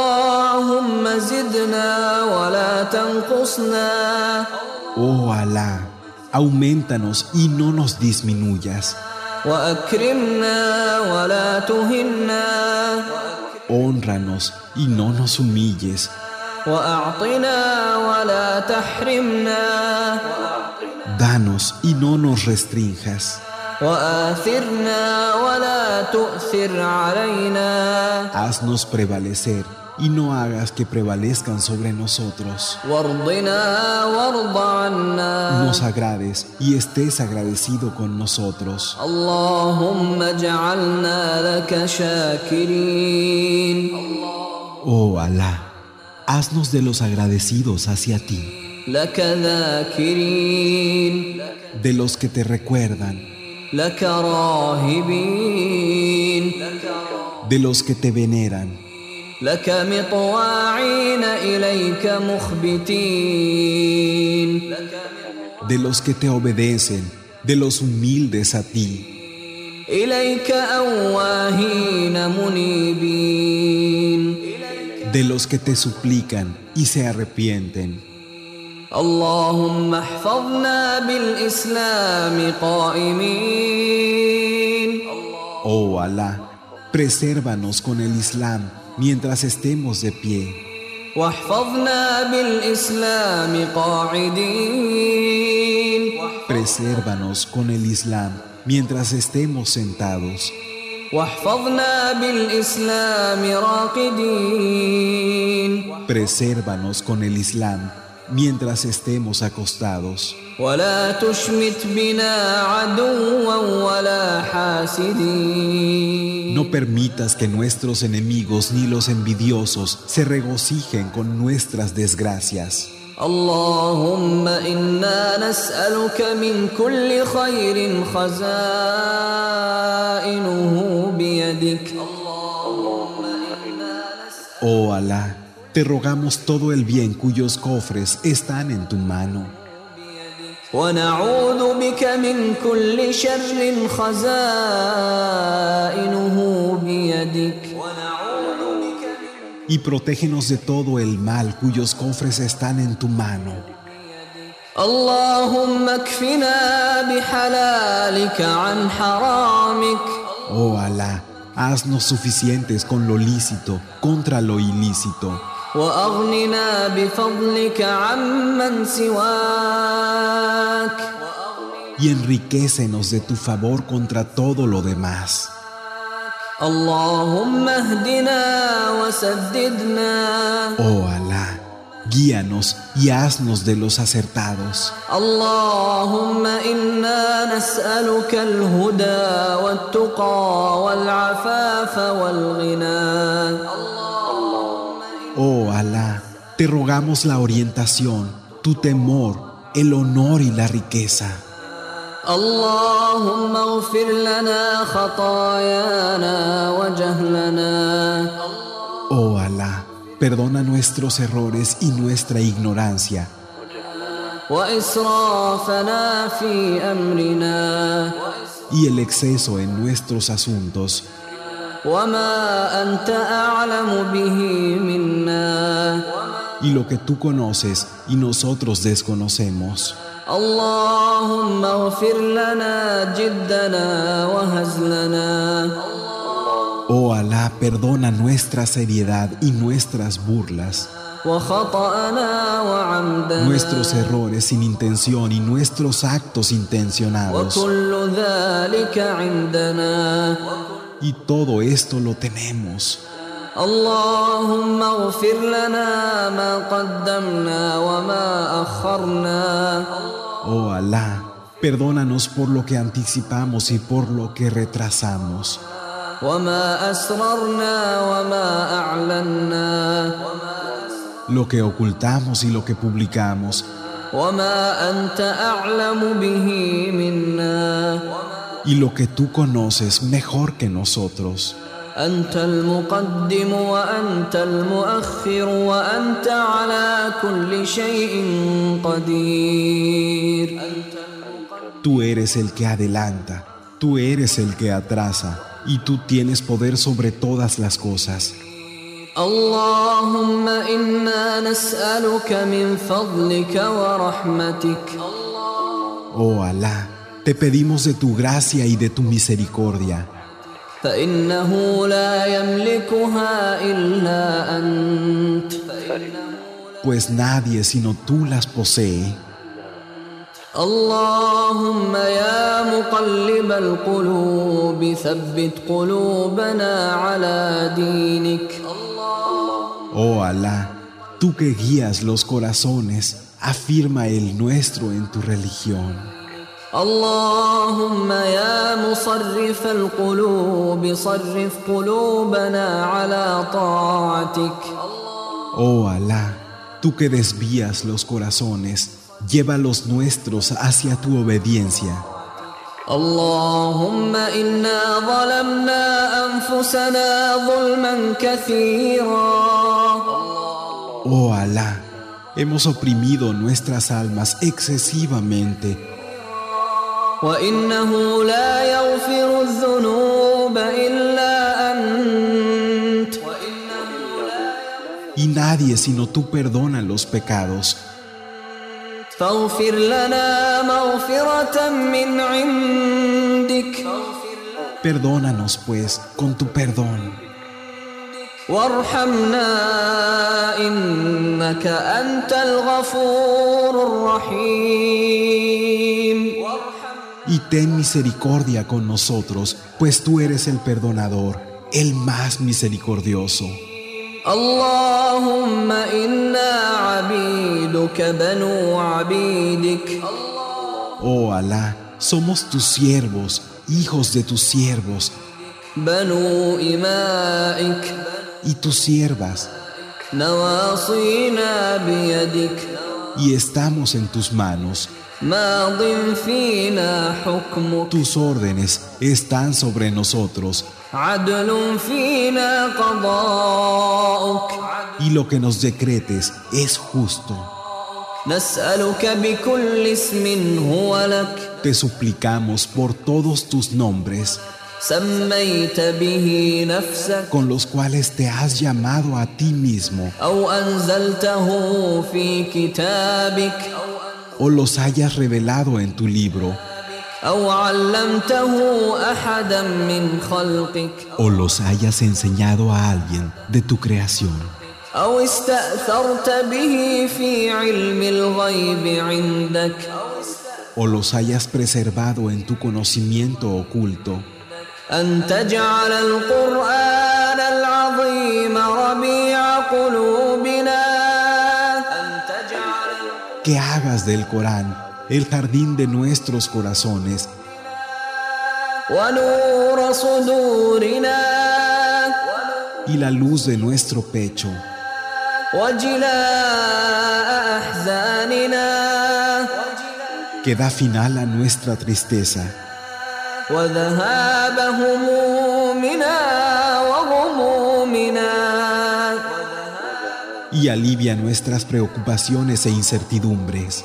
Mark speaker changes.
Speaker 1: اللهم زدنا ولا تنقصنا
Speaker 2: Oh Alá, aumentanos y no nos disminuyas.
Speaker 1: وأكرمنا ولا تهنا
Speaker 2: Honranos y no nos humilles.
Speaker 1: وأعطنا ولا تحرمنا
Speaker 2: Danos y no nos restrinjas.
Speaker 1: وآثرنا ولا تؤثر علينا
Speaker 2: Haznos prevalecer y no hagas que prevalezcan sobre nosotros.
Speaker 1: وارضنا وارض عنا
Speaker 2: Nos agrades y estés agradecido con nosotros.
Speaker 1: اللهم اجعلنا لك شاكرين
Speaker 2: Oh Alá, haznos de los agradecidos hacia ti,
Speaker 1: لك ذاكرين
Speaker 2: de los que te recuerdan,
Speaker 1: لك راهبين
Speaker 2: de los que te veneran,
Speaker 1: لك مطواعين إليك مخبتين
Speaker 2: de los que te obedecen, de los humildes a ti,
Speaker 1: إليك أواهين منيبين
Speaker 2: de los que te suplican y se arrepienten.
Speaker 1: اللهم احفظنا بالإسلام قائمين
Speaker 2: Oh Alá, presérvanos con el Islam mientras estemos de pie.
Speaker 1: واحفظنا بالإسلام قاعدين
Speaker 2: Presérvanos con el Islam mientras estemos sentados.
Speaker 1: واحفظنا بالإسلام راقدين
Speaker 2: Presérvanos con el Islam mientras estemos acostados.
Speaker 1: ولا تشمت بنا عدوا ولا حاسدين
Speaker 2: No permitas que nuestros enemigos ni los envidiosos se regocijen con nuestras desgracias.
Speaker 1: اللهم إنا نسألك من كل خير خزائنه بيدك
Speaker 2: Oh Alá, te rogamos todo el bien cuyos cofres están en tu mano
Speaker 1: ونعوذ بك من كل شر خزائنه بيدك
Speaker 2: y protégenos de todo el mal cuyos cofres están en tu mano.
Speaker 1: اللهم اكفنا بحلالك عن حرامك
Speaker 2: Oh Alá, haznos suficientes con lo lícito contra lo ilícito
Speaker 1: وأغننا بفضلك عمن سواك
Speaker 2: y enriquecenos de tu favor contra todo lo demás.
Speaker 1: اللهم اهدنا وسددنا
Speaker 2: Oh Alá, guíanos y haznos de los acertados.
Speaker 1: اللهم إنا نسألك الهدى والتقى والعفاف والغنى
Speaker 2: Oh Alá, te rogamos la orientación, tu temor, el honor y la riqueza.
Speaker 1: اللهم اغفر لنا خطايانا وجهلنا
Speaker 2: Oh Alá, perdona nuestros errores y nuestra ignorancia
Speaker 1: وإسرافنا في أمرنا
Speaker 2: y el exceso en nuestros asuntos.
Speaker 1: وما أنت أعلم به منا
Speaker 2: Y lo que tú conoces y nosotros desconocemos.
Speaker 1: اللهم اغفر لنا جدنا وهزلنا
Speaker 2: Oh Alá, perdona nuestra seriedad y nuestras burlas,
Speaker 1: وخطأنا وعمدنا
Speaker 2: nuestros errores sin intención y nuestros actos intencionados.
Speaker 1: وكل ذلك عندنا
Speaker 2: Y todo esto lo tenemos.
Speaker 1: اللهم اغفر لنا ما قدمنا وما أخرنا
Speaker 2: Oh Alá, perdónanos por lo que anticipamos y por lo que retrasamos,
Speaker 1: وما أسررنا وما أعلنا
Speaker 2: lo que ocultamos y lo que publicamos,
Speaker 1: وما أنت أعلم به منا
Speaker 2: y lo que tú conoces mejor que nosotros.
Speaker 1: أنت المقدم وأنت المؤخر وأنت على كل شيء قدير
Speaker 2: Tú eres el que adelanta, tú eres el que atrasa, y tú tienes poder sobre todas las cosas.
Speaker 1: اللهم إنا نسألك من فضلك ورحمتك
Speaker 2: Oh Alá, te pedimos de tu gracia y de tu misericordia,
Speaker 1: فإنه لا يملكها إلا أنت
Speaker 2: pues nadie sino tú las posee.
Speaker 1: اللهم يا مقلب القلوب ثبت قلوبنا على دينك
Speaker 2: Oh Alá, tú que guías los corazones, afirma el nuestro en tu religión.
Speaker 1: اللهم يا مصرف القلوب صرف قلوبنا على طاعتك
Speaker 2: Oh Alá, tú que desvías los corazones, lleva los nuestros hacia tu obediencia.
Speaker 1: اللهم إنا ظلمنا أنفسنا ظلما كثيرا
Speaker 2: Oh Alá, hemos oprimido nuestras almas excesivamente
Speaker 1: وإنه لا يغفر الذنوب إلا أنت
Speaker 2: y nadie sino tú perdona los pecados.
Speaker 1: فاغفر لنا مغفرة من عندك
Speaker 2: Perdónanos pues con tu perdón
Speaker 1: وارحمنا إنك أنت الغفور الرحيم
Speaker 2: y ten misericordia con nosotros, pues tú eres el perdonador, el más misericordioso.
Speaker 1: اللهم إنا عبيدك بنو عبيدك
Speaker 2: Oh Alá, somos tus siervos, hijos de tus siervos
Speaker 1: بنو إمائك
Speaker 2: y tus siervas,
Speaker 1: نواصينا بيدك
Speaker 2: y estamos en tus manos.
Speaker 1: ماض فينا حكمك
Speaker 2: Tus órdenes están sobre nosotros
Speaker 1: عدل فينا قضاؤك
Speaker 2: y lo que nos decretes es justo.
Speaker 1: نسألك بكل اسم هو لك
Speaker 2: Te suplicamos por todos tus nombres
Speaker 1: سميت به نفسك
Speaker 2: con los cuales te has llamado a ti mismo
Speaker 1: أو أنزلته في كتابك
Speaker 2: o los hayas revelado en tu libro
Speaker 1: أو علمته أحدا من خلقك
Speaker 2: o los hayas enseñado a alguien de tu creación
Speaker 1: أو استأثرت به في علم الغيب عندك
Speaker 2: o los hayas preservado en tu conocimiento oculto
Speaker 1: أن تجعل القرآن العظيم ربيع قلوبنا أن تجعل
Speaker 2: que hagas del Corán el jardín de nuestros corazones
Speaker 1: ونور صدورنا
Speaker 2: y la luz de nuestro pecho
Speaker 1: وجلاء أحزاننا
Speaker 2: que da final a nuestra tristeza
Speaker 1: وذهاب همومنا وغمومنا
Speaker 2: y alivia nuestras preocupaciones e incertidumbres